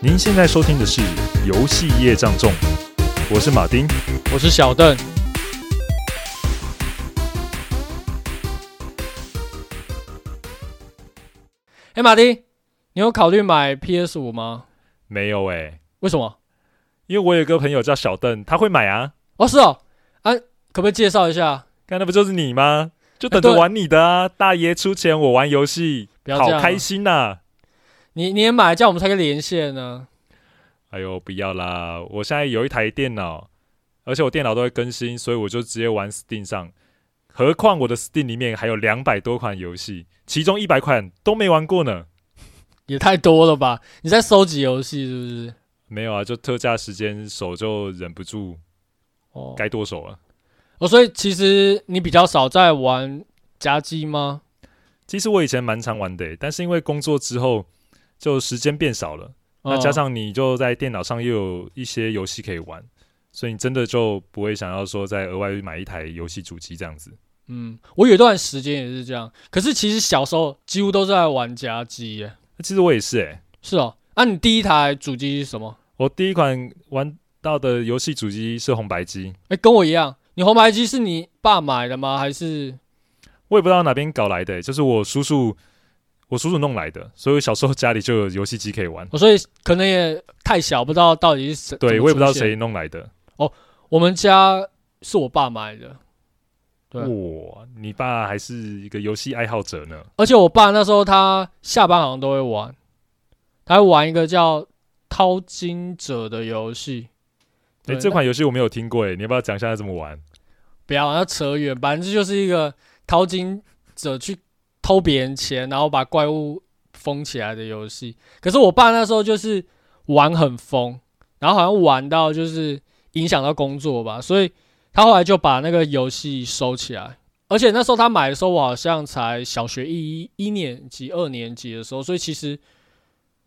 您现在收听的是《游戏业障重》，我是马丁。我是小邓。哎，马丁，你有考虑买 PS 五吗？没有诶、欸为什么？因为我有一个朋友叫小邓，他会买啊。哦，是哦，啊，可不可以介绍一下？看，那不就是你吗？就等着哎对玩你的啊！大爷出钱，我玩游戏，不要这好样，啊开心啊呐、你你也买，这样我们才可以连线呢、哎呦，不要啦！我现在有一台电脑，而且我电脑都会更新，所以我就直接玩 Steam 上。何况我的 Steam 里面还有两百多款游戏，其中一百款都没玩过呢。也太多了吧？你在收集游戏是不是？没有啊，就特价时间手就忍不住哦，该剁手了。哦，所以其实你比较少在玩夹击吗？其实我以前蛮常玩的欸、但是因为工作之后就时间变少了，那嗯啊加上你就在电脑上又有一些游戏可以玩，所以你真的就不会想要说再额外买一台游戏主机这样子。嗯，我有一段时间也是这样，可是其实小时候几乎都是在玩夹击耶。那其实我也是诶、欸是哦，啊，你第一台主机是什么？我第一款玩到的游戏主机是红白机，哎、跟我一样，你红白机是你爸买的吗？还是我也不知道哪边搞来的、欸就是我叔叔，我叔叔弄来的，所以我小时候家里就有游戏机可以玩。我哦所以可能也太小，不知道到底是谁。对，怎么我也不知道出现谁。弄来的。我们家是我爸买的，对哦哇，你爸还是一个游戏爱好者呢。而且我爸那时候他下班好像都会玩，他会玩一个叫《淘金者》的游戏。哎、对这款游戏我没有听过、诶，欸你要不要讲一下它怎么玩？不要要扯远，反正就是一个淘金者去偷别人钱，然后把怪物封起来的游戏。可是我爸那时候就是玩很疯，然后好像玩到就是影响到工作吧，所以他后来就把那个游戏收起来。而且那时候他买的时候，我好像才小学一一年级、二年级的时候，所以其实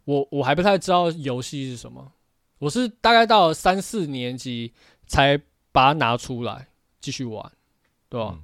我我还不太知道游戏是什么。我是大概到了三四年级才把它拿出来。继续玩，对吧、嗯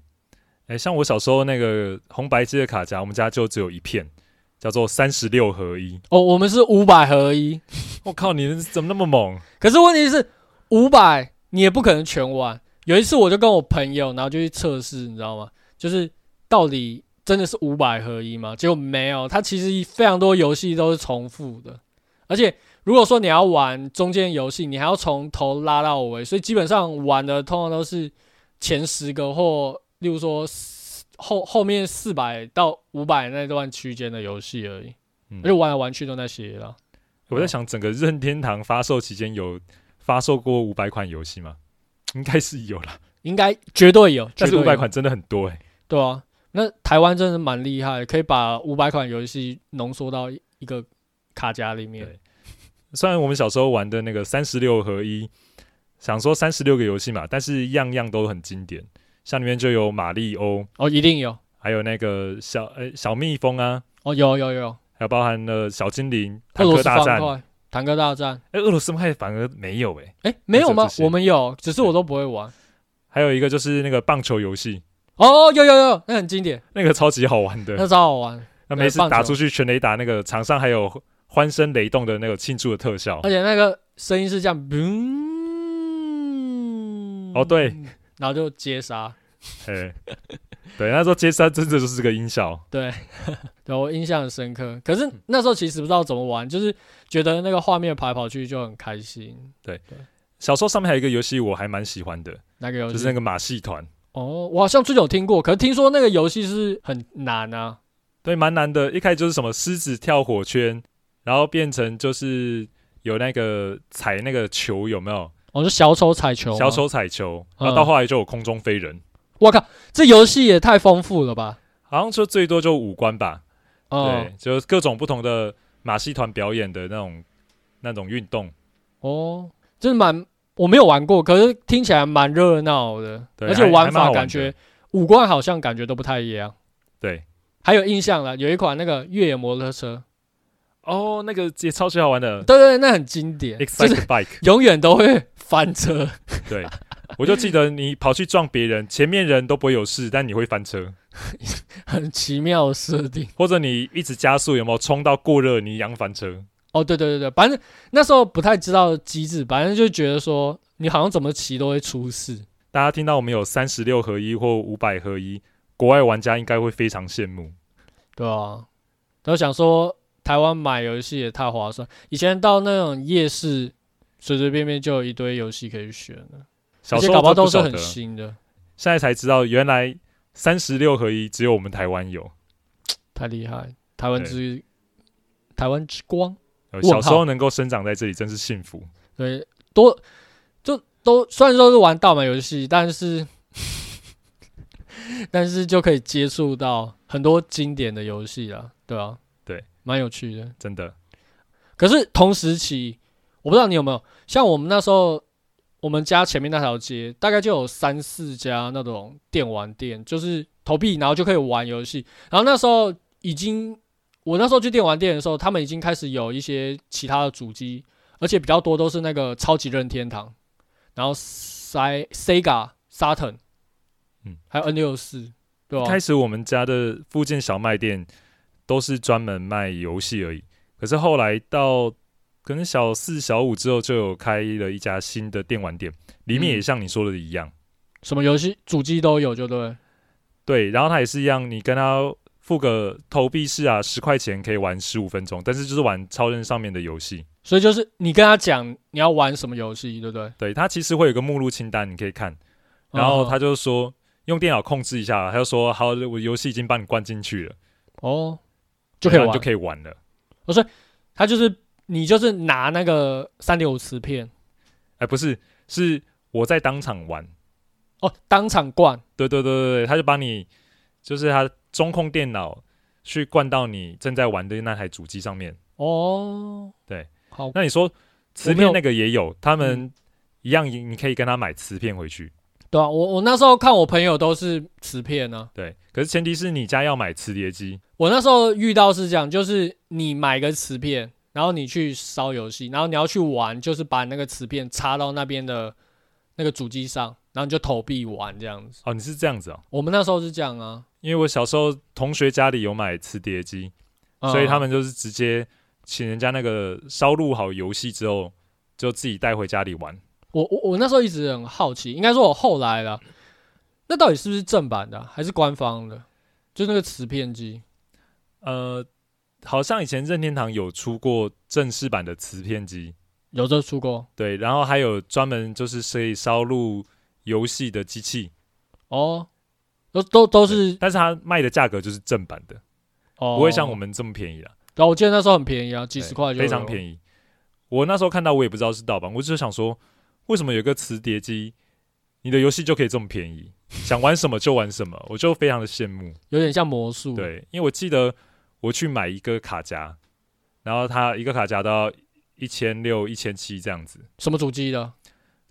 哎、像我小时候那个红白机的卡夹，我们家就只有一片，叫做三十六合一。哦，我们是五百合一，我、靠，你怎么那么猛？可是问题是五百你也不可能全玩。有一次我就跟我朋友，然后就去测试，你知道吗？就是到底真的是五百合一吗？结果没有，它其实非常多游戏都是重复的，而且如果说你要玩中间游戏，你还要从头拉到尾，所以基本上玩的通常都是前十个或例如说四后后面四百到五百那段区间的游戏而已。嗯而且玩来玩去都那些了。我在想，整个任天堂发售期间有发售过五百款游戏吗？应该是有啦，应该绝对有，但是绝五对有百款真的很多哎、对啊。那台湾真的蛮厉害，可以把五百款游戏浓缩到一一个卡夹里面对。虽然我们小时候玩的那个三十六合一，想说三十六个游戏嘛，但是样样都很经典，像里面就有马里欧，哦，一定有，还有那个小呃、小蜜蜂啊，哦，有有有，还有包含了小精灵、俄坦罗克斯大方战。块、坦克大战，哎、俄罗斯方块反而没有哎、哎、没有吗这？些我们有，只是我都不会玩。还有一个就是那个棒球游戏，哦，有有有，那很经典，那个超级好玩的。那超好玩，那每次棒球打出去全雷达，那个场上还有欢声雷动的那个庆祝的特效而。且那个声音是这样，嗯，哦对，然后就接杀。哎，对，那时候接杀真的就是个音效。对我印象很深嗯刻。可是那时候其实不知道怎么玩，就是觉得那个画面跑来跑去就很开心。小时候上面还有一个游戏我还蛮喜欢的，那个游戏就是那个马戏团，哦，我好像最近有听过，可是听说那个游戏是很难啊。对，蛮难的。一开始就是什么狮子跳火圈，然后变成就是有那个踩那个球有没有？我、哦、是小丑彩球，小，丑踩球，嗯然后到后来就有空中飞人，我靠，这游戏也太丰富了吧！好像就最多就五关吧。哦对，就各种不同的马戏团表演的那种那种运动。哦，真的蛮我没有玩过，可是听起来蛮热闹的，对而且玩还还蛮好法玩的感觉五官好像感觉都不太一样。对，还有印象了，有一款那个越野摩托车，哦，那个也超级好玩的对对，对那很经典，就是，Excite Bike。 永远都会翻车。对，我就记得你跑去撞别人，前面人都不会有事，但你会翻车，很奇妙的设定或者你一直加速，有没有冲到过热，你一样翻车？哦，对对对对，反正那时候不太知道机制，反正就觉得说你好像怎么骑都会出事。大家听到我们有三十六合一或五百合一，国外玩家应该会非常羡慕。对啊，然后想说台湾买游戏也太划算，以前到那种夜市，随随便便就有一堆游戏可以选了，小而时且候搞不好真都不是晓得很新的，现在才知道原来三十六合一只有我们台湾有。太厉害！台湾对之台湾之光，呃问小号时候能够生长在这里，真是幸福。对，多就都虽然说是玩盗版游戏，但是 但是就可以接触到很多经典的游戏啦，对啊，对，蛮有趣的。真的，可是同时期，我不知道你有没有，像我们那时候，我们家前面那条街大概就有三四家那种电玩店，就是投币然后就可以玩游戏。然后那时候已经，我那时候去电玩店的时候，他们已经开始有一些其他的主机，而且比较多都是那个超级任天堂，然后塞 Sega、Saturn，嗯，还有 N 六四，对吧、一开始我们家的附近小卖店都是专门卖游戏而已，可是后来到可能小四、小五之后，就有开了一家新的电玩店，里面嗯也像你说的一样，什么游戏主机都有，就对了。对，然后它也是一样，你跟他付个投币式啊，十块钱可以玩十五分钟，但是就是玩超人上面的游戏。所以就是你跟他讲你要玩什么游戏，对不对？对，它其实会有个目录清单，你可以看，然后嗯他就说。用电脑控制一下，他就说：“好，我游戏已经帮你灌进去了，哦，就可以然后玩，你就可以玩了。它就是你就是拿那个三点五磁片哎，不是，是我在当场玩。哦，当场灌，对对对对对，他就把你就是他中控电脑去灌到你正在玩的那台主机上面。哦，对，好，那你说磁没有片嗯那个也有，他们一样，你可以跟他买磁片回去。对啊，我我那时候看我朋友都是磁片啊，对，可是前提是你家要买磁碟机。我那时候遇到是这样，就是你买个磁片，然后你去烧游戏，然后你要去玩，就是把那个磁片插到那边的那个主机上，然后你就投币玩这样子。哦，你是这样子哦，我们那时候是这样啊，因为我小时候同学家里有买磁碟机，嗯所以他们就是直接请人家那个烧录好游戏之后，就自己带回家里玩。我我我那时候一直很好奇，应该说我后来了，那到底是不是正版的啊、还是官方的？就那个磁片机呃，好像以前任天堂有出过正式版的磁片机，有这出过对，然后还有专门就是可以烧录游戏的机器，哦，都都都都是但是它卖的价格就是正版的，哦，不会像我。们这么便宜啦，然后我记得那时候很便宜啊，几对十块就非常宜。便宜。我那时候看到我也不知道是盗版，我只是想说，为什么有一个磁碟机，你的游戏就可以这么便宜，想玩什么就玩什么，我就非常的羡慕。有点像魔术。，对，因为我记得我去买一个卡夹，然后它一个卡夹都要一千六、一千七这样子，什么主机的？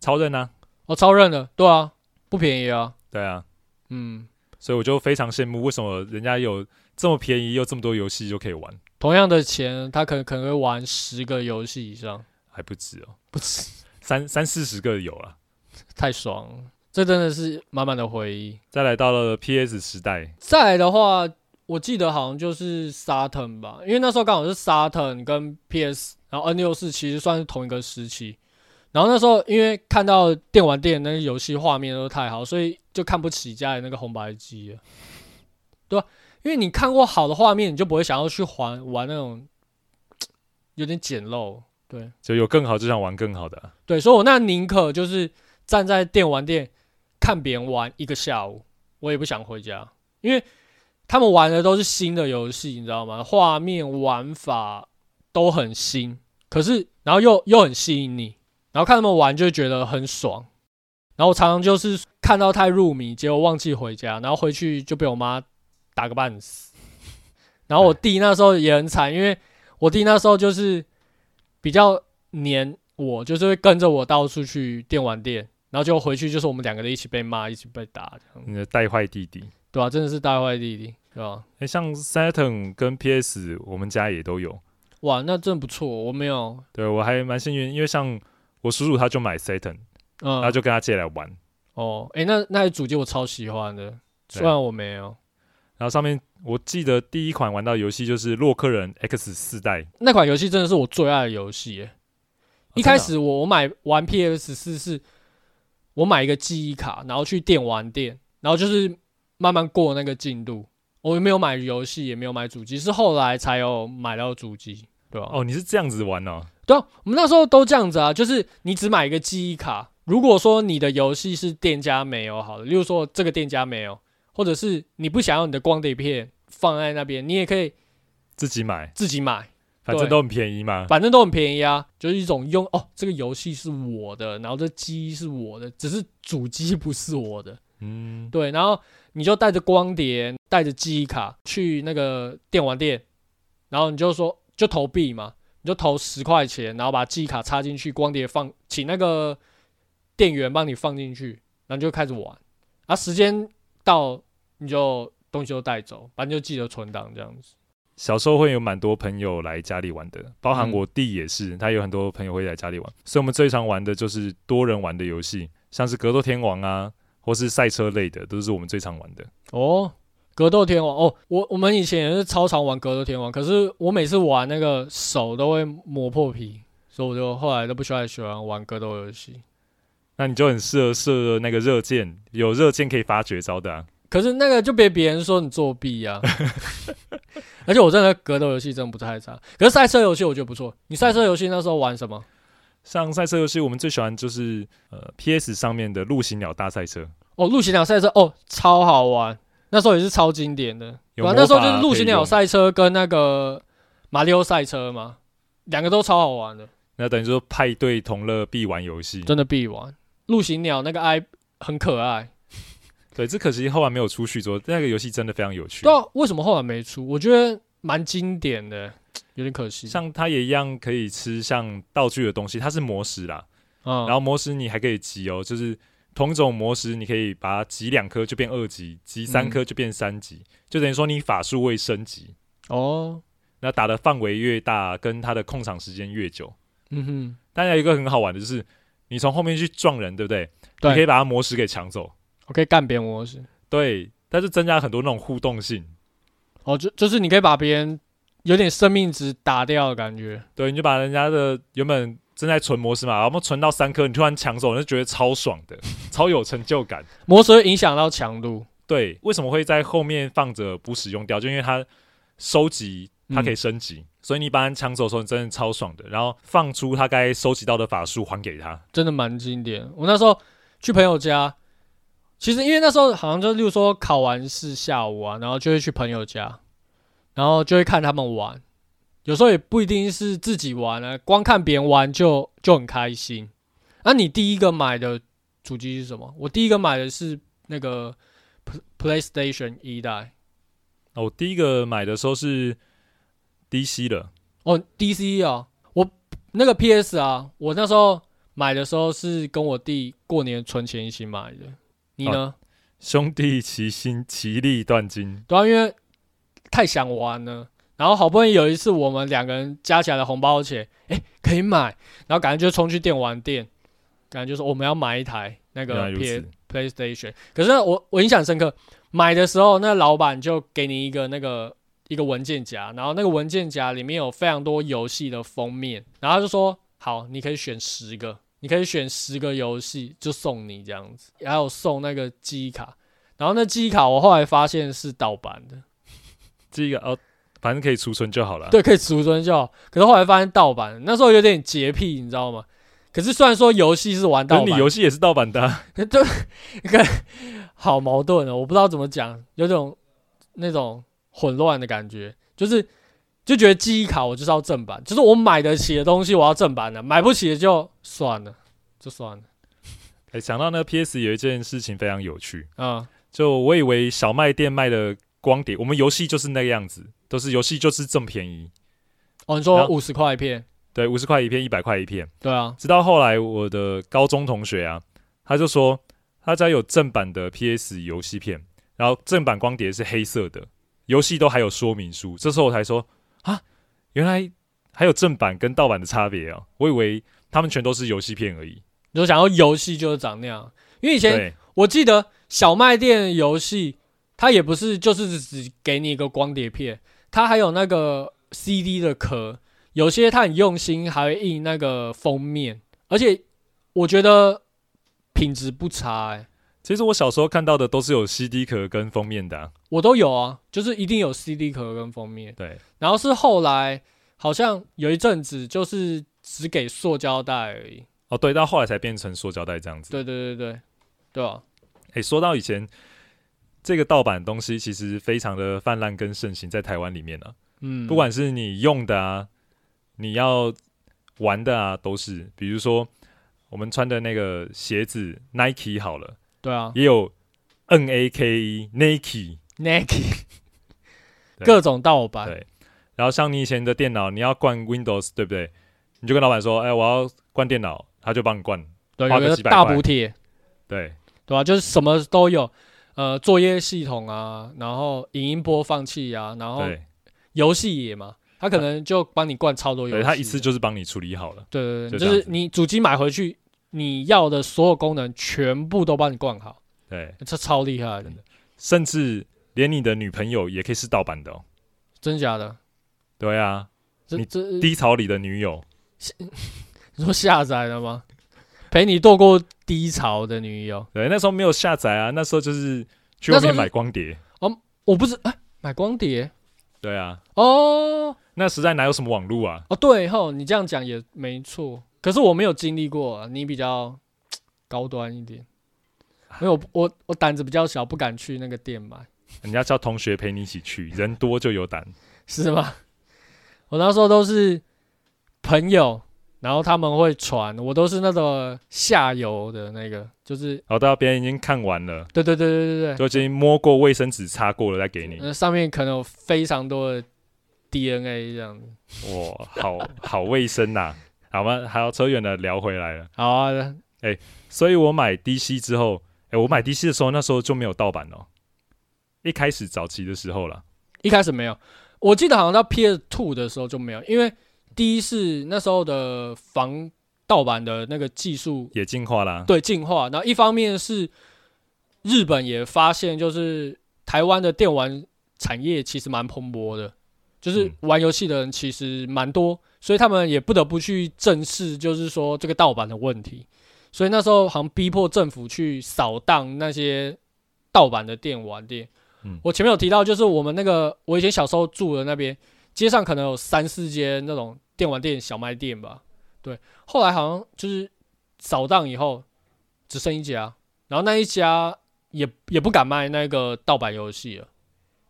超任啊，哦，超任的，对啊，不便宜啊。对啊，嗯，所以我就非常羡慕，为什么人家有这么便宜又这么多游戏就可以玩，同样的钱，他可能可能会玩十个游戏以上，还不止哦，不止，三三四十个有啊了。太爽了！这真的是满满的回忆。再来到了 PS 时代，再来的话，我记得好像就是 Saturn 吧，因为那时候刚好是 Saturn 跟 PS，然后 N 六四其实算是同一个时期。然后那时候因为看到电玩店那些游戏画面都太好，所以就看不起家里那个红白机了，对吧、因为你看过好的画面，你就不会想要去玩玩那种有点简陋，对。就有更好就想玩更好的啊、对，所以我那宁可就是站在电玩店看别人玩一个下午，我也不想回家，因为他们玩的都是新的游戏，你知道吗？画面、玩法都很新，可是然后又又很吸引你，然后看他们玩就觉得很爽。然后我常常就是看到太入迷，结果忘记回家，然后回去就被我妈打个半死。然后我弟那时候也很惨，因为我弟那时候就是比较黏我，就是会跟着我到处去电玩店，然后就回去就是我们两个人一起被骂，一起被打，这样你的带坏弟弟。对啊吧、真的是大坏弟弟，对啊吧、哎，像 Saturn 跟 PS，我们家也都有。哇，那真的不错，我没有，对我还蛮幸运，因为像我叔叔他就买 Saturn，嗯，然后就跟他借来玩。哦，诶，那那台主机我超喜欢的，虽对然我没有，然后上面我记得第一款玩到的游戏就是《洛克人 X 四代》啊，那款游戏真的是我最爱的游戏耶。哦一开啊始我我买玩 PS 四是，我买一个记忆卡，然后去电玩店，然后就是慢慢过那个进度。我没有买游戏，也没有买主机，是后来才有买到主机，真对吧、的哦，哦你是这样子玩哦，对啊，我们那时候都这样子啊，就是你只买一个记忆卡。如果说你的游戏是店家没有好了，例如说这个店家没有，或者是你不想要你的光碟片放在那边，你也可以自己买，自己买，反对正都很便宜嘛。反正都很便宜啊，就是一种用哦，这个游戏是我的，然后这机是我的，只是主机不是我的，嗯，对，然后你就带着光碟，带着记忆卡去那个电玩店，然后你就说就投币嘛，你就投十块钱，然后把记忆卡插进去，光碟放，请那个店员帮你放进去，然后你就开始玩，啊，时间到你就东西就带走，反正就记得存档这样子。小时候会有蛮多朋友来家里玩的，包含嗯我弟也是，他有很多朋友会来家里玩，所以我们最常玩的就是多人玩的游戏，像是格斗天王啊，或是赛车类的，都是我们最常玩的。哦，格斗天王哦，我我们以前也是超常玩格斗天王，可是我每次玩那个手都会磨破皮，所以我就后来都不喜欢喜欢玩格斗游戏。那你就很适合射那个热箭，有热箭可以发绝招的、啊。可是那个就被别人说你作弊啊， 而且我真的格斗游戏真的不太差，可是赛车游戏我觉得不错。你赛车游戏那时候玩什么？像赛车游戏，我们最喜欢就是呃 PS 上面的陆行鸟大赛车，哦，陆行鸟赛车哦，超好玩，那时候也是超经典的。有对啊魔那时候就法是陆行可以鸟用赛车跟那个马里奥赛车嘛，两个都超好玩的。那等于说派对同乐必玩游戏。真的必玩。陆行鸟那个 I 很可爱，对，只可惜后来没有出续作，那个游戏真的非常有趣不知。道为什么后来没出，我觉得蛮经典的，有点可惜。像它也一样可以吃像道具的东西，它是魔石啦，嗯，然后魔石你还可以集哦，就是同一种魔石你可以把它集两颗就变二级，集三嗯颗就变三级，就等于说你法术会升级。哦，那打的范围越大，跟它的控场时间越久。嗯哼，但有一个很好玩的就是，你从后面去撞人，对不对？对你可以把它魔石给抢走。我可以干别人模式。对，它就增加很多那种互动性。哦，就就是你可以把别人有点生命值打掉的感觉。对，你就把人家的原本正在存模式嘛，然后存到三颗，你突然抢走，你就觉得超爽 的，超有成就感。模式会影响到强度，对，为什么会在后面放着不使用掉？就因为它收集，它嗯可以升级，所以你把它抢走的时候，你真的超爽的。然后放出它该收集到的法术还给他。真的蛮经典。我那时候去朋友家，其实因为那时候好像就例如说考完试下午啊，然后就会去朋友家，然后就会看他们玩。有时候也不一定是自己玩啊，光看别人玩就就很开心。那、你第一个买的主机是什么？我第一个买的是那个 Play- PlayStation 一代那我哦第一个买的时候是 DC 的，哦，DC 啊，我那个 PS 啊，我那时候买的时候是跟我弟过年存钱一起买的。你呢？兄弟齐心，其利断金。对啊，因为太想玩了。然后好不容易有一次我们两个人加起来的红包钱，哎，可以买，然后赶觉就冲去电玩店，感觉就说我们要买一台那原来个如 P 此， PlayStation。可是呢我我印象深刻，买的时候那老板就给你一个那个一个文件夹，然后那个文件夹里面有非常多游戏的封面，然后他就说好，你可以选十个，你可以选十个游戏就送你这样子，还有送那个记忆卡。然后那记忆卡我后来发现是盗版的，这一个哦，反正可以储存就好了。对，可以储存就好。可是后来发现盗版，那时候有点洁癖，你知道吗？可是虽然说游戏是玩可是盗版你的，游戏也是盗版的啊、 就跟好矛盾哦，我不知道怎么讲，有种那种混乱的感觉，就是就觉得记忆卡我就是要正版，就是我买得起的东西我要正版的，买不起的就算了，就算了，哎，想到那个 PS 有一件事情非常有趣，嗯，就我以为小卖店卖的光碟，我们游戏就是那个样子，都是游戏就是这么便宜，哦，你然说后五十块一片，对，五十块一片，一百块一片。对啊，直到后来我的高中同学啊，他就说他家有正版的 PS 游戏片，然后正版光碟是黑色的，游戏都还有说明书。这时候我才说啊，原来还有正版跟盗版的差别啊！我以为他们全都是游戏片而已。你就想要游戏就是长那样，因为以前对，我记得小卖店的游戏它也不是就是只给你一个光碟片，它还有那个 CD 的壳，有些它很用心，还会印那个封面，而且我觉得品质不差、欸，其实我小时候看到的都是有 CD 壳跟封面的啊、我都有啊，就是一定有 CD 壳跟封面。对，然后是后来好像有一阵子就是只给塑胶袋而已。哦对，到后来才变成塑胶袋这样子。对对对对，对啊，诶，说到以前这个盗版东西，其实非常的泛滥跟盛行在台湾里面啊，嗯，不管是你用的啊，你要玩的啊，都是，比如说我们穿的那个鞋子 Nike 好了，对啊也有 N A K E Nike， ，Nike 对各种盗版，对然后像你以前的电脑，你要灌 Windows 对不对？你就跟老板说，哎、我要灌电脑，他就帮你灌，对，花有个一个几百大块补贴，对，对吧、就是什么都有，呃，作业系统啊，然后影音播放器啊，然后对，游戏也嘛，他可能就帮你灌超多游对戏，他一次，就是帮你处理好了。对对就对，这就样是子你主机买回去，你要的所有功能全部都帮你灌好，对，这超厉害的真，的甚至连你的女朋友也可以是盗版的哦。真假的？对啊，这你这低潮里的女友，你说下载了吗？陪你度过低潮的女友，对，那时候没有下载啊，那时候就是去那外时候面是买光碟。我不是哎、买光碟对啊，哦那时代哪有什么网络啊？哦对吼，你这样讲也没错，可是我没有经历过、啊，你比较高端一点，因为我我我胆子比较小，不敢去那个店买。人家叫同学陪你一起去，人多就有胆。是吗？ 我那时候都是朋友，然后他们会传，我都是那种下游的那个，就是然后到别人已经看完了，对对对对对对，都已经摸过卫生纸擦过了，再给你。呃，上面可能有非常多的 DNA 这样子。哇，好好卫生呐、好吗？还要扯远了，聊回来了。好啊，所以我买 DC 之后，哎、我买 DC 的时候，那时候就没有盗版哦。一开始早期的时候啦，一开始没有，我记得好像到 PS Two 的时候就没有，因为第一是那时候的防盗版的那个技术也进化啦。对进化，然后一方面是日本也发现，就是台湾的电玩产业其实蛮蓬勃的，就是嗯玩游戏的人其实蛮多，所以他们也不得不去正视，就是说这个盗版的问题。所以那时候好像逼迫政府去扫荡那些盗版的电玩店。嗯我前面有提到，就是我们那个我以前小时候住的那边，街上可能有三四间那种电玩店、小卖店吧。对，后来好像就是扫荡以后，只剩一家，然后那一家也也不敢卖那个盗版游戏了，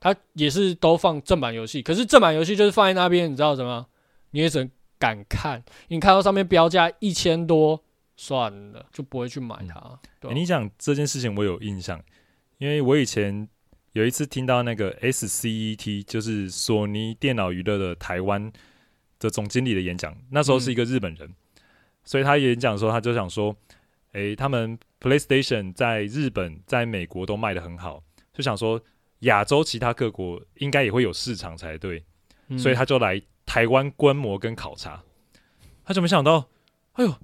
他也是都放正版游戏。可是正版游戏就是放在那边，你知道什么？你也只能敢看，你看到上面标价一千多，算了，就不会去买它。对诶欸啊你讲这件事情，我有印象，因为我以前有一次听到那个 SCET，就是索尼电脑娱乐的台湾的总经理的演讲，那时嗯候是一个日本人，所以他演讲的时候，他就想说，诶、他们 PlayStation 在日本、在美国都卖得很好，就想说亚洲其他各国应该也会有市场才对，嗯所以他就来台湾观摩跟考察。他就没想到，哎呦，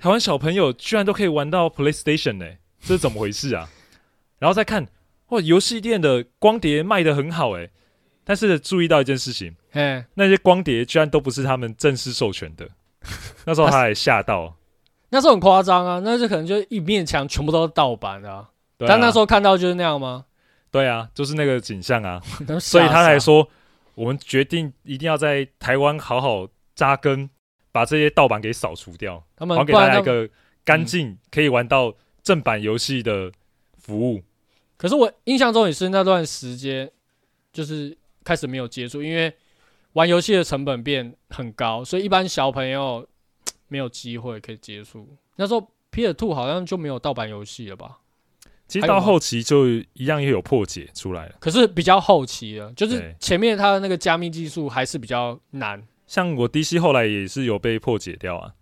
台湾小朋友居然都可以玩到 PlayStation 呢、这是怎么回事啊？ 然后再看，哇，游戏店的光碟卖得很好哎、但是注意到一件事情，哎，那些光碟居然都不是他们正式授权 的。那时候他还吓到，那时候很夸张啊，那时候可能就一面墙全部都是盗版的、啊。对啊但那时候看到就是那样吗？对啊，就是那个景象啊，然后所以吓他才傻说，我们决定一定要在台湾好好扎根，把这些盗版给扫除掉。他然后们，给不大家然他一们。个干净可以玩到正版游戏的服务。可是我印象中也是那段时间，就是开始没有接触，因为玩游戏的成本变很高，所以一般小朋友没有机会可以接触。那时候 PS Two 好像就没有盗版游戏了吧？其还实有到吗后期就一样也有破解出来了，可是比较后期了，就是对前面它的那个加密技术还是比较难像我 DC 后来也是有被破解掉啊，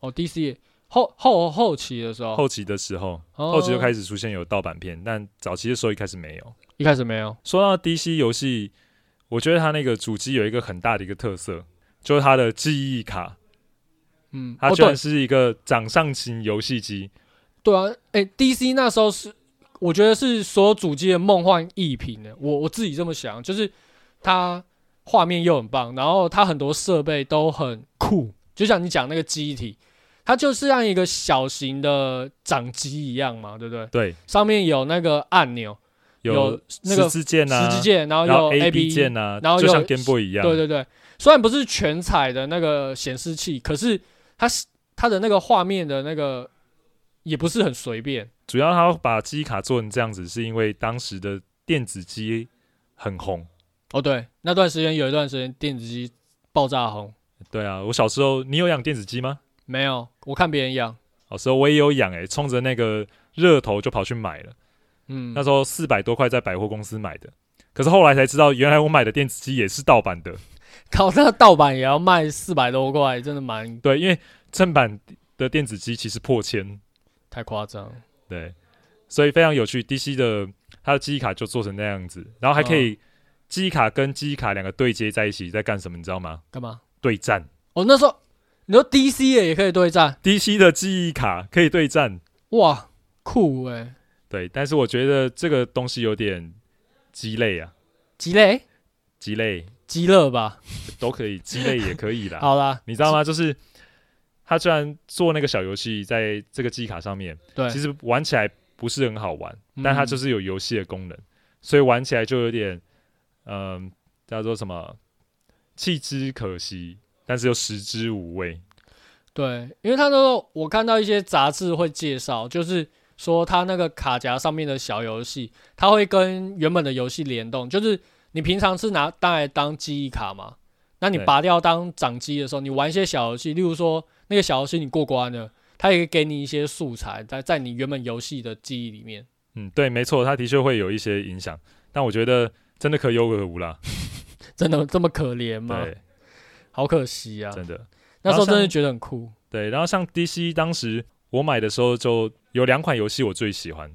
哦。DC 也后后后期的时候，后期的时候，哦后期就开始出现有盗版片，但早期的时候一开始没有。哦一开始没有，说到 DC 游戏，我觉得它那个主机有一个很大的一个特色，就是它的记忆卡，嗯，它哦居然对是一个掌上型游戏机，对啊，哎、d c 那时候是我觉得是所有主机的梦幻一品的。我我自己这么想，就是它画面又很棒，然后它很多设备都很酷，就像你讲那个机体，它就是像一个小型的掌机一样嘛，对不对？对，上面有那个按钮，有那个十字键啊，十字键，然后然后有 A B 键啊，然后就有像 Game Boy 一样，对对对，虽然不是全彩的那个显示器，可是它是它的那个画面的那个也不是很随便。主要他把记忆卡做成这样子，是因为当时的电子机很红。哦，对，那段时间有一段时间电子机爆炸红，对啊，我小时候你有养电子机吗？没有，我看别人养，小时候我也有养诶、冲着那个热头就跑去买了。嗯那，时候四百多块在百货公司买的，可是后来才知道，原来我买的电子机也是盗版的。靠，那个盗版也要卖四百多块，真的蛮对，因为正版的电子机其实破千，太夸张了。对，所以非常有趣。DC 的它的记忆卡就做成那样子，然后还可以记忆卡跟记忆卡两个对接在一起，在干什么？你知道吗？干嘛？对战。哦，那时候你说 DC 的也可以对战， DC 的记忆卡可以对战，哇，酷欸诶、对，但是我觉得这个东西有点鸡肋啊，鸡肋鸡肋鸡肋吧？都可以，鸡肋也可以啦。 好啦，啊你知道吗？就是他居然做那个小游戏，在这个机卡上面，对，其实玩起来不是很好玩，但它嗯就是有游戏的功能，所以玩起来就有点，嗯、叫做什么，弃之可惜，但是又食之无味。对，因为他那时候我看到一些杂志会介绍，就是说他那个卡夹上面的小游戏，它会跟原本的游戏联动，就是你平常是拿当来当记忆卡嘛，那你对拔掉当掌机的时候，你玩一些小游戏，例如说那个小游戏你过关了，它也会给你一些素材在在你原本游戏的记忆里面。嗯，对，没错，它的确会有一些影响，但我觉得真的可有可无啦。真的这么可怜吗？对，好可惜啊！真的那时候真然后的像觉得很酷。对。然后像 DC 当时我买的时候，就有两款游戏我最喜欢，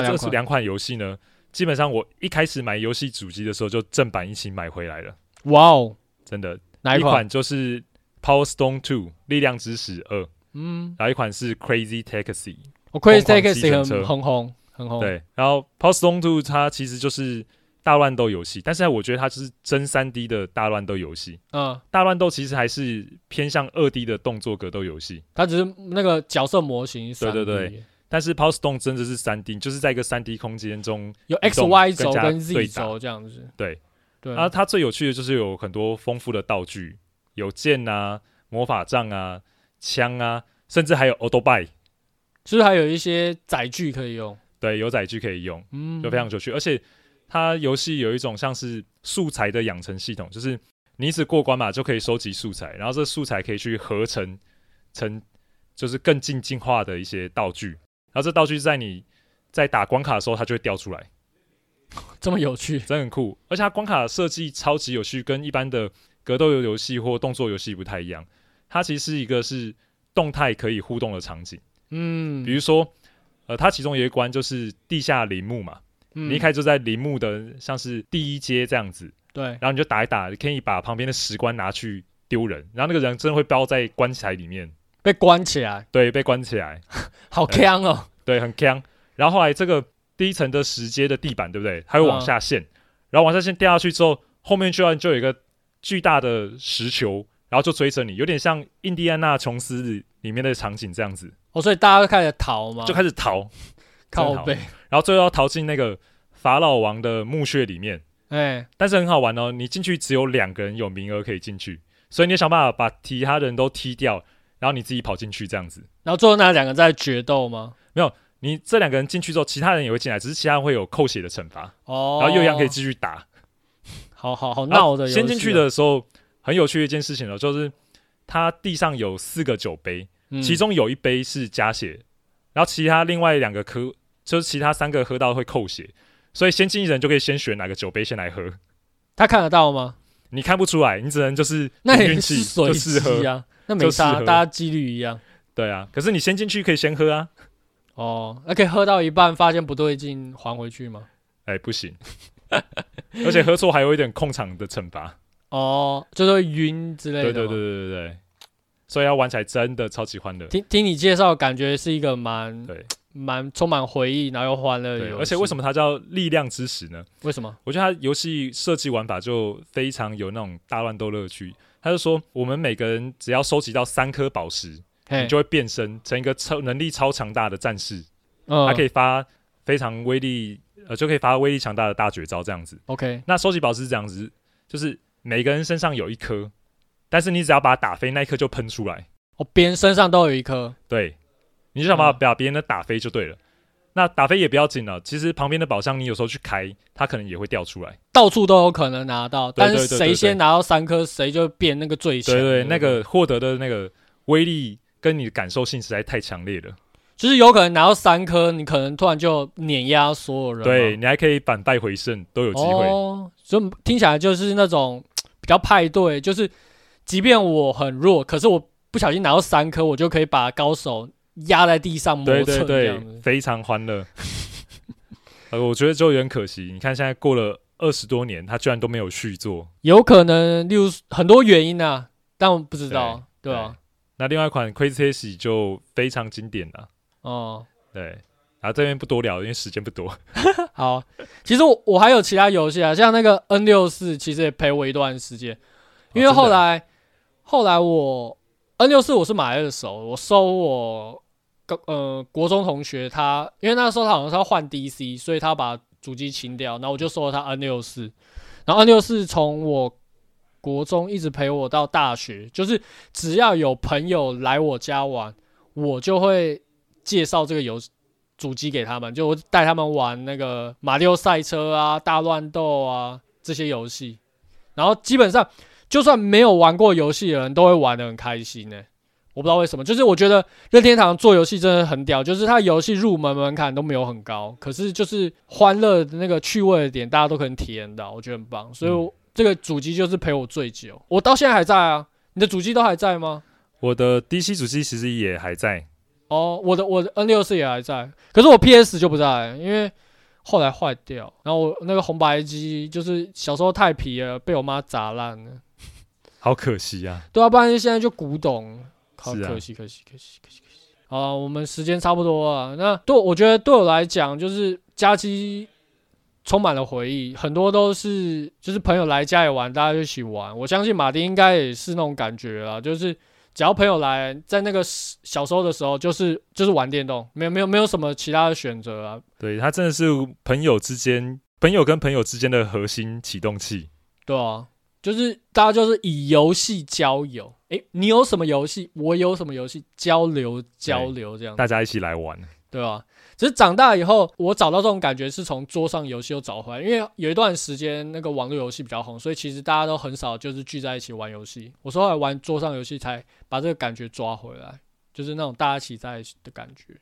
那两这款是两款游戏呢，基本上我一开始买游戏主机的时候就正版一起买回来了，哇哦，真的。哪一一款就是《Power Stone Two》力量之石二，嗯，然后一款是《Crazy Taxi 我疯 Crazy 狂 Taxi 计程车很很红，很》。红。对，然后《Power Stone Two》它其实就是大乱斗游戏，但是我觉得它就是真三 D 的大乱斗游戏。嗯，大乱斗其实还是偏向二 D 的动作格斗游戏，它只是那个角色模型3D 对对对，但是《Power Stone》真的是三 D，就是在一个三 D 空间中，有移 X 动 Y 跟轴加跟对 Z 打轴这样子。对对啊，它最有趣的就是有很多丰富的道具，有剑啊、魔法杖啊、枪啊，甚至还有 Auto Buy，是不是还有一些载具可以用？对，有载具可以用。嗯，就非常有趣。而且它游戏有一种像是素材的养成系统，就是你一直过关嘛，就可以收集素材，然后这素材可以去合成成就是更进进化的一些道具，然后这道具在你在打关卡的时候，它就会掉出来，这么有趣。真的很酷。而且它关卡的设计超级有趣，跟一般的格斗游游戏或动作游戏不太一样，它其实是一个是动态可以互动的场景，嗯，比如说。呃，它其中有一关就是地下陵墓嘛，嗯你一开始就在陵墓的像是第一阶这样子，对然后你就打一打，你可以把旁边的石棺拿去丢人，然后那个人真的会包在棺材里面，被关起来，对，被关起来，好对坑哦。对，很坑。然后后来这个第一层的石阶的地板，对不对？它会往嗯下陷，然后往下陷掉下去之后，后面居然就有一个巨大的石球，然后就追着你，有点像印第安纳琼斯里里面的场景这样子，哦，所以大家都开始逃嘛，就开始逃，真靠好背。然后最后要逃进那个法老王的墓穴里面。哎，但是很好玩哦，你进去只有两个人有名额可以进去，所以你想办法把其他人都踢掉，然后你自己跑进去这样子。然后最后那两个在决斗吗？你这两个人进去之后，其他人也会进来，只是其他人会有扣血的惩罚，哦，然后又一样可以，继续打。好好好然后闹的游戏哦。先进去的时候，很有趣的一件事情哦，就是它地上有四个酒杯，嗯，其中有一杯是加血，然后其他另外两个喝，就是其他三个喝到会扣血，所以先进人就可以先选哪个酒杯先来喝。他看得到吗？你看不出来，你只能就是 那凭也运是气随就试喝机啊，那没就适差，合大家几率一样。对啊，可是你先进去可以先喝啊。哦，那可以喝到一半发现不对劲还回去吗？哎、不行， 而且喝错还有一点控场的惩罚。哦，就是会晕之类对的对吗。对对对对，所以要玩起来真的超级欢乐。听听你介绍，感觉是一个蛮对蛮充满回忆，然后又欢乐的对，游戏。而且为什么？么它叫力量之石呢？为什么？我觉得它游戏设计玩法就非常有那种大乱斗乐趣。他就说，我们每个人只要收集到三颗宝石，嘿你，就会变身成一个超能力超强大的战士，嗯他可以发非常威力，呃，就可以发威力强大的大绝招这样子。 OK，那收集宝石是这样子，就是每个人身上有一颗，但是你只要把它打飞，那一颗就喷出来。我哦别人身上都有一颗，对，你就想把嗯把别人的打飞就对了。那打飞也不要紧了，其实旁边的宝箱你有时候去开，它可能也会掉出来。到处都有可能拿到，对但对是对谁对先拿到三颗，谁就变那个最强。对对，不那个获得的那个威力跟你的感受性实在太强烈了。就是有可能拿到三颗，你可能突然就碾压所有人嘛。对你还可以反败回胜，都有机会。哦，所以听起来就是那种比较派对，就是即便我很弱，可是我不小心拿到三颗，我就可以把高手压在地上磨对对蹭这对样子，。非常欢 乐。呃，我觉得就有点可惜，你看现在过了二十多年，他居然都没有续作。有可能，例如很多原因啊，但我不知道，对啊，那另外一款 Crazy a s 就非常经典了，哦、对，然后这边不多聊，因为时间不多。好，其实我我还有其他游戏啊，像那个 N 六四，其实也陪我一段时间， 因为哦真的后来、后来我 N 六四我是买二手，我收我高呃国中同学他，因为那时候他好像是要换 DC，所以他把主机清掉，然后我就收了他 N 六四，然后 N 六四从我国中一直陪我到大学，就是只要有朋友来我家玩，我就会介绍这个游主机给他们，就我带他们玩那个马里奥赛车啊、大乱斗啊这些游戏，然后基本上就算没有玩过游戏的人都会玩的很开心呢、我不知道为什么，就是我觉得任天堂做游戏真的很屌，就是它游戏入门门槛都没有很高，可是就是欢乐的那个趣味的点，大家都可能体验到，我觉得很棒。所以我这个主机就是陪我最久，我到现在还在啊。你的主机都还在吗？我的 DC 主机其实也还在，哦，我的我的 N 六四也还在，可是我 PS 就不在，因为后来坏掉。然后我那个红白机就是小时候太皮了，被我妈砸烂了。好可惜啊。对啊，不然现在就古董了，好是啊可惜，可惜，可惜，可惜，可惜。好啊，我们时间差不多了。啊那对我觉得对我来讲，就是假期充满了回忆，很多都是就是朋友来家里玩，大家就一起玩。我相信马丁应该也是那种感觉啦，就是只要朋友来，在那个时小时候的时候，就是就是玩电动，没有没有没有什么其他的选择啊。对，它真的是朋友之间、朋友跟朋友之间的核心启动器。对啊，就是大家就是以游戏交友。诶，你有什么游戏？我有什么游戏？交流交流这样子。大家一起来玩，对啊，只是长大以后，我找到这种感觉是从桌上游戏又找回来，因为有一段时间那个网络游戏比较红，所以其实大家都很少就是聚在一起玩游戏。我说后来哎玩桌上游戏才把这个感觉抓回来，就是那种大家一起在一起的感觉。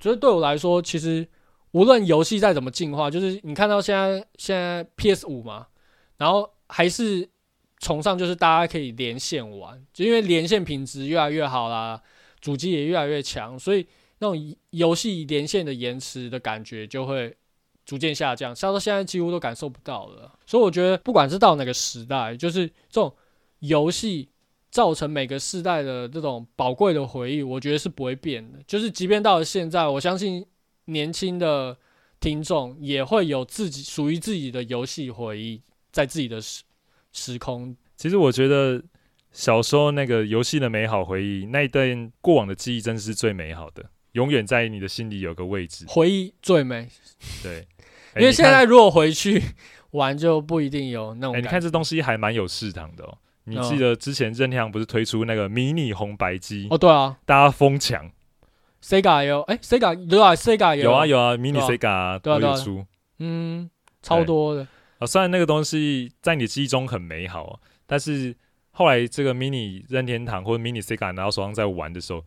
所以对我来说，其实无论游戏再怎么进化，就是你看到现在现在 PS 五嘛，然后还是崇尚就是大家可以连线玩，就因为连线品质越来越好啦，主机也越来越强，所以那种游戏连线的延迟的感觉就会逐渐下降，下到现在几乎都感受不到了。所以我觉得，不管是到哪个时代，就是这种游戏造成每个世代的这种宝贵的回忆，我觉得是不会变的。就是即便到了现在，我相信年轻的听众也会有自己属于自己的游戏回忆，在自己的时时空。其实我觉得小时候那个游戏的美好回忆，那一段过往的记忆，真的是最美好的，永远在你的心里有个位 置。回忆最美，对，哎因为你现看在如果回去玩，就不一定有那种哎、感你觉。看这东西还蛮有市场的哦。你嗯记得之前任天堂不是推出那个迷你红白机，哦，对啊，大家疯抢？ Sega 也有，哎、s e g a 有啊，Sega 也有啊有，有啊，迷你对啊 Sega 啊对啊都对啊有出嗯，超多的，啊。虽然那个东西在你的记忆中很美好哦，但是后来这个迷你任天堂或者迷你 Sega 拿到手上在玩的时候，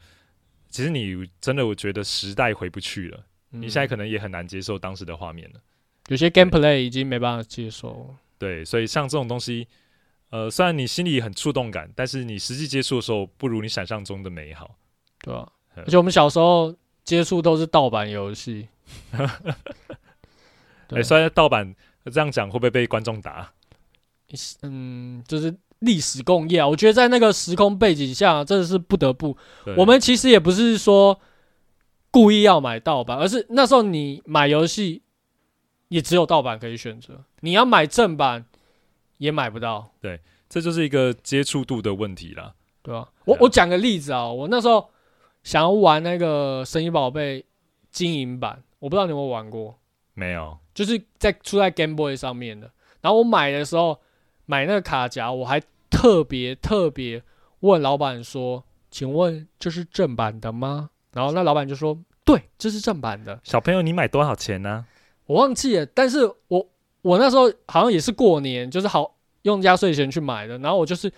其实你真的我觉得时代回不去了，嗯你现在可能也很难接受当时的画面了。有些 gameplay 已经没办法接受了。对，所以像这种东西，呃，虽然你心里很触动感，但是你实际接触的时候，不如你想象中的美好。对啊，嗯而且我们小时候接触都是盗版游戏，哎、对虽然盗版这样讲会不会被观众打？嗯，就是历史共业啊。我觉得在那个时空背景下，真的是不得不，对我们其实也不是说故意要买盗版，而是那时候你买游戏也只有盗版可以选择，你要买正版也买不到，这就是一个接触度的问题啦。对吧、我对啊我讲个例子啊，我那时候想要玩那个《神奇宝贝》金银版，我不知道你有没有玩过，没有，就是在出在 Game Boy 上面的。然后我买的时候买那个卡夹，我还特别特别问老板说：“请问这是正版的吗？”然后那老板就说：“对，这是正版的。”小朋友，你买多少钱呢、我忘记了，但是我我那时候好像也是过年，就是好用压岁钱去买的，然后我就是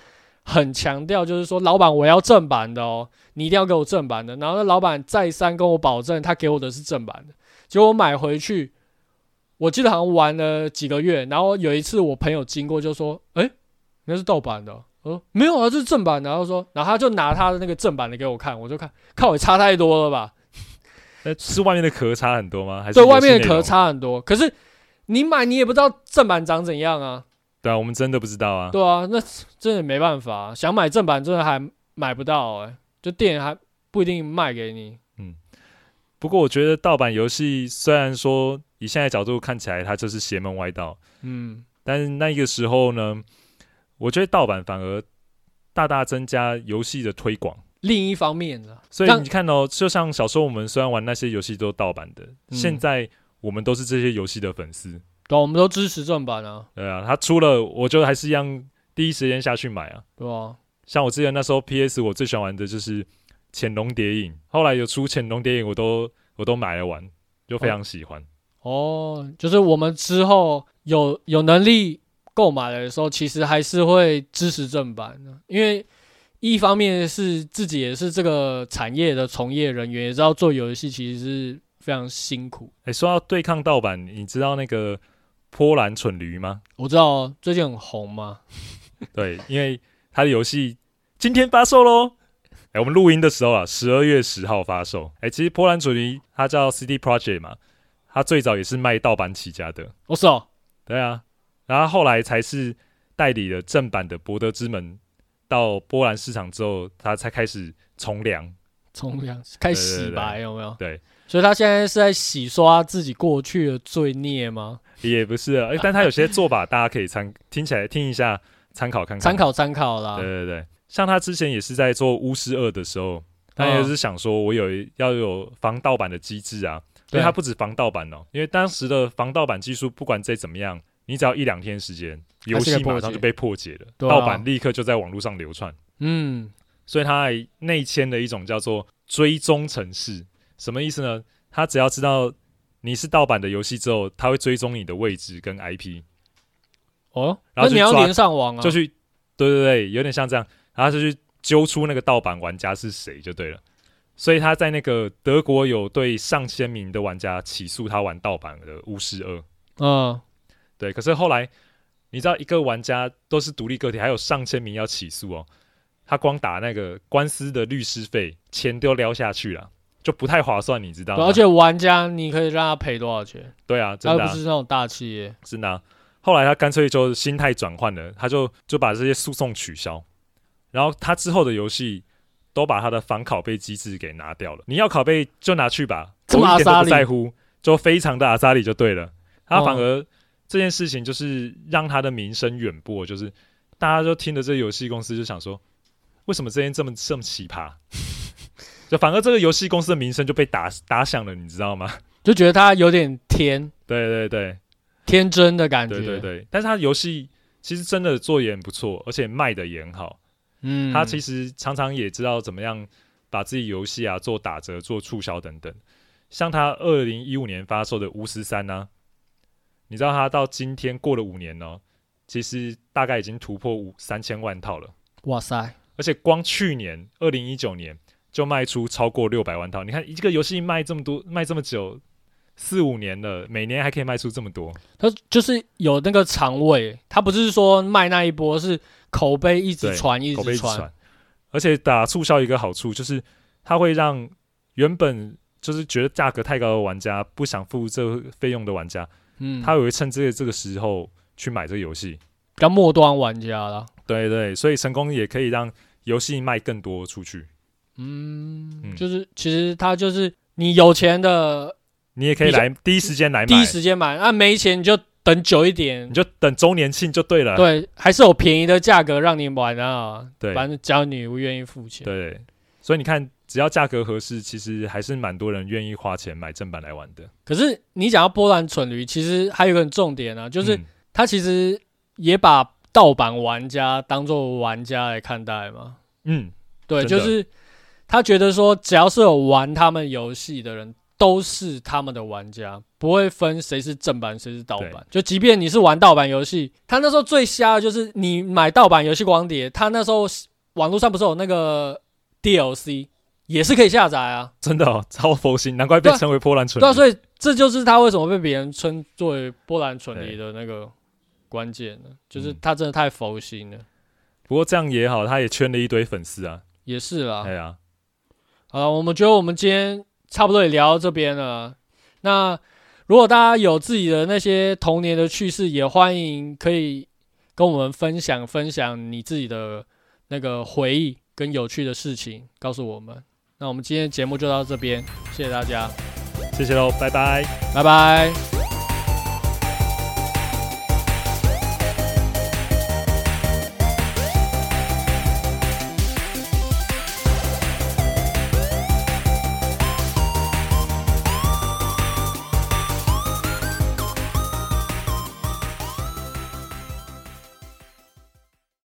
很强调，就是说老板我要正版的哦，你一定要给我正版的。然后那老板再三跟我保证，他给我的是正版的，结果我买回去，我记得好像玩了几个月，然后有一次我朋友经过就说：“诶，那是盗版的哦。”我说：“没有啊，这是正版的。”然后说，然后他就拿他的那个正版的给我看，我就看，看我差太多了吧。那是外面的壳差很多吗？还是对游戏外面的内壳容？差很多。可是你买你也不知道正版长怎样啊，对啊，我们真的不知道啊。对啊，那真的没办法啊、想买正版真的还买不到哎、就店还不一定卖给你。不过我觉得盗版游戏虽然说以现在角度看起来它就是邪门歪道，嗯，但是那个时候呢，我觉得盗版反而大大增加游戏的推广。另一方面啊呢，所以让你看哦，就像小时候我们虽然玩那些游戏都是盗版的，嗯现在我们都是这些游戏的粉丝，对啊、我们都支持正版啊，对啊，它出了我就还是一样第一时间下去买啊。对啊，像我之前那时候 PS 我最喜欢玩的就是《潜龙谍影》，后来有出《潜龙谍影》，我都我都买来玩，就非常喜欢。哦，就是我们之后有有能力购买的时候，其实还是会支持正版的，因为一方面是自己也是这个产业的从业人员，也知道做游戏其实是非常辛苦。哎、说到对抗盗版，你知道那个波兰蠢驴吗？我知道最近很红嘛，对，因为它的游戏今天发售喽。哎、我们录音的时候啊，十二月十号发售。哎、其实波兰蠢驴它叫 CD Project 嘛，它最早也是卖盗版起家的，我是哦，对啊，然后后来才是代理了正版的《博德之门》到波兰市场之后，它才开始从良。从良开始洗白对有没有？对，所以他现在是在洗刷自己过去的罪孽吗？也不是啊，哎、但它有些做法大家可以参听起来听一下，参考看看。参考参考啦对。对对，像他之前也是在做《巫师二》的时候，他也是想说，我有一要有防盗版的机制啊，因对为他不止防盗版哦，因为当时的防盗版技术不管再怎么样，你只要一两天时间，游它戏是可以破解马上就被破解了，对啊盗版立刻就在网络上流传，嗯，所以他还内嵌了一种叫做追踪程式，什么意思呢？他只要知道你是盗版的游戏之后，他会追踪你的位置跟 IP，哦，然那后你去要抓连上网啊，就去，对对对，有点像这样，然后就去揪出那个盗版玩家是谁就对了。所以他在那个德国有对上千名的玩家起诉他玩盗版的《巫师二》，嗯，对。可是后来你知道，一个玩家都是独立个体，还有上千名要起诉哦。他光打那个官司的律师费，钱都撩下去了，就不太划算，你知道对吗？而且玩家你可以让他赔多少钱？对啊，真他又的啊、不是那种大企业，真的啊、后来他干脆就心态转换了，他就就把这些诉讼取消，然后他之后的游戏都把他的反拷贝机制给拿掉了。你要拷贝就拿去吧，这么我一点都阿莎不莉在乎，就非常的阿萨里就对了。他哦反而这件事情就是让他的名声远播，就是大家就听着这游戏公司就想说，为什么这件这么这么奇葩？ 就反而这个游戏公司的名声就被打打响了，你知道吗？就觉得他有点天对对对，天真的感觉。对对，对，但是它游戏其实真的做也很不错，而且卖的也很好。嗯，它其实常常也知道怎么样把自己游戏啊做打折、做促销等等。像它二零一五年发售的《巫师三》呢，你知道它到今天过了五年哦，其实大概已经突破五三千万套了，哇塞，而且光去年二零一九年就卖出超过六百万套。你看一个游戏卖这么多，卖这么久。四五年了，每年还可以卖出这么多，他就是有那个肠胃，他不是说卖那一波，是口碑一直对传一口碑直一直传。传。而且打促销有一个好处就是，它会让原本就是觉得价格太高的玩家，不想付这个费用的玩家，嗯，他会趁这个这个时候去买这个游戏。比较末端玩家啦。对对，所以成功也可以让游戏卖更多出去。嗯，嗯就是其实它就是你有钱的你也可以来第一时间来买第一，时间买，啊，没钱你就等久一点你，就等周年庆就对了。对，还是有便宜的价格让你玩啊。对反正只要你愿意付钱。对，所以你看，只要价格合适，其实还是蛮多人愿意花钱买正版来玩的。可是你讲到波兰蠢驴，其实还有一个很重点啊，就是嗯他其实也把盗版玩家当做玩家来看待嘛。嗯，对，真就的是他觉得说，只要是有玩他们游戏的人，都是他们的玩家，不会分谁是正版谁是盗版。就即便你是玩盗版游戏，他那时候最瞎的就是你买盗版游戏光碟，他那时候网络上不是有那个 DLC，也是可以下载啊。真的、哦、超佛心，难怪被对啊称为波兰蠢对啊，驴。所以这就是他为什么被别人称作为波兰蠢驴的那个关键呢，就是嗯他真的太佛心了。不过这样也好，他也圈了一堆粉丝啊。也是啦，哎呀，好了，我们觉得我们今天差不多也聊到这边了。那如果大家有自己的那些童年的趣事，也欢迎可以跟我们分享分享你自己的那个回忆跟有趣的事情，告诉我们。那我们今天的节目就到这边，谢谢大家，谢谢喽，拜拜。拜拜。